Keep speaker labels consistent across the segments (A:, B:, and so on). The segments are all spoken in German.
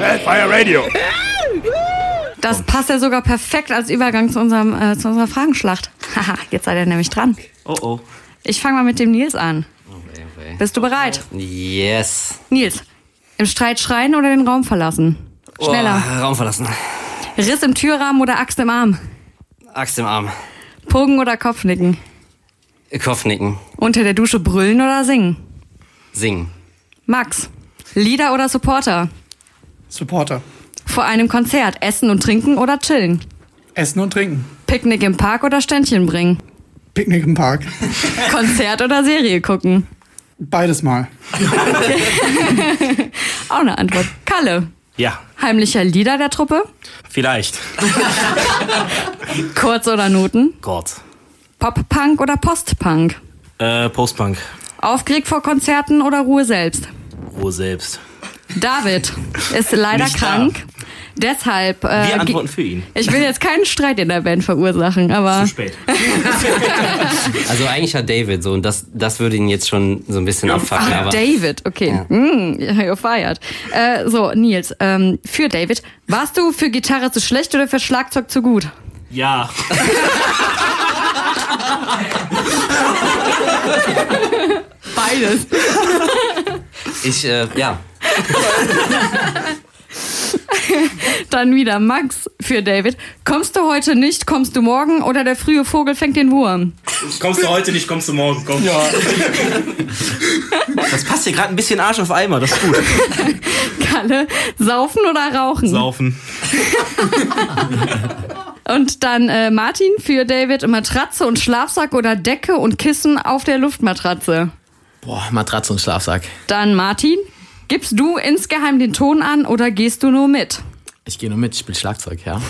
A: Hellfire Radio.
B: Das passt ja sogar perfekt als Übergang zu, unserem, äh, zu unserer Fragenschlacht. Haha, jetzt seid ihr nämlich dran.
C: Oh oh.
B: Ich fange mal mit dem Nils an.
C: Okay,
B: Bist du bereit?
C: okay. Yes.
B: Nils, im Streit schreien oder den Raum verlassen? Schneller.
C: Oh, Raum verlassen.
B: Riss im Türrahmen oder Axt im Arm?
C: Axt im Arm.
B: Pogen oder Kopfnicken?
C: Kopfnicken.
B: Unter der Dusche brüllen oder singen?
C: Singen.
B: Max, Lieder oder Supporter?
D: Supporter.
B: Vor einem Konzert essen und trinken oder chillen?
D: Essen und Trinken.
B: Picknick im Park oder Ständchen bringen?
D: Picknick im Park.
B: Konzert oder Serie gucken?
D: Beides mal.
B: Auch eine Antwort. Kalle,
E: Ja,
B: heimlicher Lieder der Truppe?
E: vielleicht.
B: Kurz oder Noten?
E: Gott.
B: Pop-Punk oder Post-Punk?
E: Äh, Postpunk.
B: Aufgeregt vor Konzerten oder Ruhe selbst?
E: Ruhe selbst.
B: David ist leider
E: Nicht da.
B: krank. Deshalb. Äh,
C: Wir antworten
B: ge-
C: für ihn.
B: Ich will jetzt keinen Streit in der Band verursachen, aber.
E: Spät.
C: Also eigentlich hat David so und das, das würde ihn jetzt schon so ein bisschen abfacken.
B: Ah,
C: Aber
B: David, okay. Ja. Mm, you're fired. Äh, so, Nils, ähm, für David, warst du für Gitarre zu schlecht oder für Schlagzeug zu gut?
E: Ja.
B: Beides.
C: ich, äh, ja.
B: Dann wieder Max für David. Kommst du heute nicht, kommst du morgen oder der frühe Vogel fängt den Wurm?
E: Kommst du heute nicht, kommst du morgen. Komm. Ja. Das passt hier gerade ein bisschen Arsch auf Eimer, das ist gut.
B: Kalle, saufen oder rauchen?
E: Saufen.
B: Und dann äh, Martin für David Matratze und Schlafsack oder Decke und Kissen auf der Luftmatratze.
F: Boah, Matratze und Schlafsack.
B: Dann Martin, gibst du insgeheim den Ton an oder gehst du nur mit?
F: Ich gehe nur mit, ich spiele Schlagzeug, ja.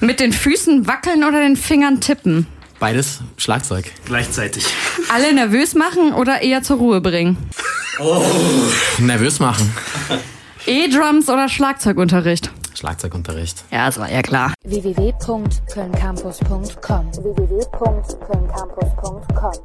B: Mit den Füßen wackeln oder den Fingern tippen?
F: Beides Schlagzeug.
E: Gleichzeitig.
B: Alle nervös machen oder eher zur Ruhe bringen?
F: Nervös machen.
B: E-Drums oder Schlagzeugunterricht?
F: Schlagzeugunterricht.
B: Ja, das war ja klar.
G: www.kölncampus.com www.kölncampus.com